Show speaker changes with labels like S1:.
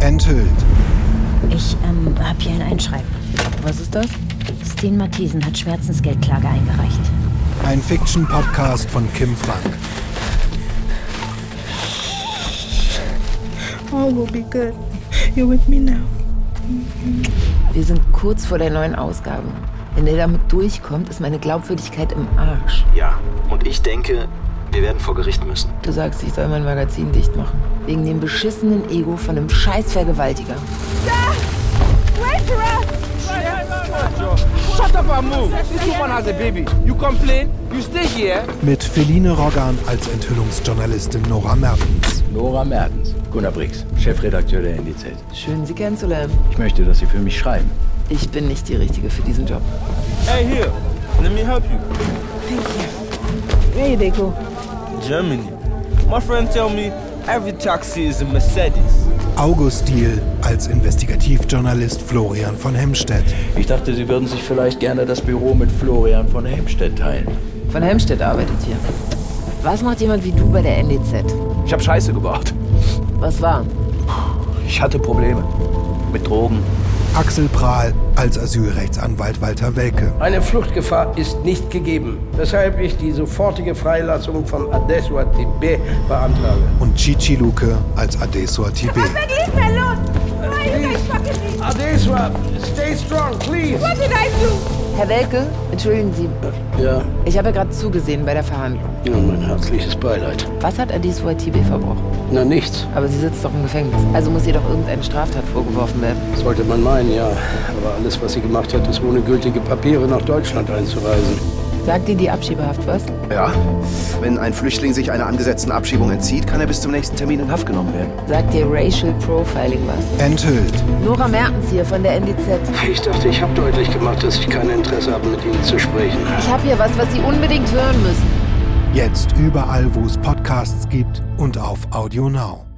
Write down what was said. S1: Enthüllt.
S2: Ich ähm, habe hier ein Einschreiben.
S3: Was ist das?
S2: Steen Matthiesen hat Schmerzensgeldklage eingereicht.
S1: Ein Fiction-Podcast von Kim Frank.
S4: All will be good. You're with me now.
S3: Wir sind kurz vor der neuen Ausgabe. Wenn der damit durchkommt, ist meine Glaubwürdigkeit im Arsch.
S5: Ja, und ich denke, wir werden vor Gericht müssen.
S3: Du sagst, ich soll mein Magazin dicht machen. Wegen dem beschissenen Ego von einem scheiß Vergewaltiger.
S6: Wait for us!
S7: Shut up and move. This woman has a baby. You complain, you stay here.
S1: Mit Feline Roggan als Enthüllungsjournalistin Nora Mertens.
S8: Nora Mertens, Gunnar Briggs, Chefredakteur der NDZ.
S3: Schön, Sie kennenzulernen.
S8: Ich möchte, dass Sie für mich schreiben.
S3: Ich bin nicht die Richtige für diesen Job.
S7: Hey, here. Let me help you.
S4: Where they go?
S7: Germany. My friend tell me every taxi is a Mercedes.
S1: August Diel als Investigativjournalist Florian von Hemstedt.
S8: Ich dachte, Sie würden sich vielleicht gerne das Büro mit Florian von Helmstedt teilen.
S3: Von Helmstedt arbeitet hier. Was macht jemand wie du bei der NDZ?
S8: Ich habe Scheiße gebaut.
S3: Was war?
S8: Ich hatte Probleme. Mit Drogen.
S1: Axel Prahl als Asylrechtsanwalt Walter Welke.
S9: Eine Fluchtgefahr ist nicht gegeben, weshalb ich die sofortige Freilassung von Adeswa TB beantrage.
S1: Und Chichi Luke als Adesua Tibe.
S6: Leave me alone! Why are you guys fucking me?
S9: Adeswa, stay strong, please!
S6: What did I do?
S3: Herr Welke, entschuldigen Sie,
S8: Ja,
S3: ich habe ja gerade zugesehen bei der Verhandlung.
S8: ja, mein herzliches Beileid.
S3: Was hat Adis Waitibe verbrochen?
S8: Na nichts,
S3: Aber sie sitzt doch im Gefängnis. Also muss ihr doch irgendeine Straftat vorgeworfen werden.
S8: sollte man meinen, ja. Aber alles, was sie gemacht hat, ist ohne gültige Papiere nach Deutschland einzureisen.
S3: Sagt ihr die Abschiebehaft was?
S10: Ja, wenn ein Flüchtling sich einer angesetzten Abschiebung entzieht, kann er bis zum nächsten Termin in Haft genommen werden.
S3: Sagt ihr Racial Profiling was?
S1: Enthüllt.
S3: Nora Mertens hier von der NDZ.
S8: Ich dachte, ich habe deutlich gemacht, dass ich kein Interesse habe, mit Ihnen zu sprechen.
S3: Ich habe hier was, was Sie unbedingt hören müssen.
S1: Jetzt überall, wo es Podcasts gibt und auf Audio Now.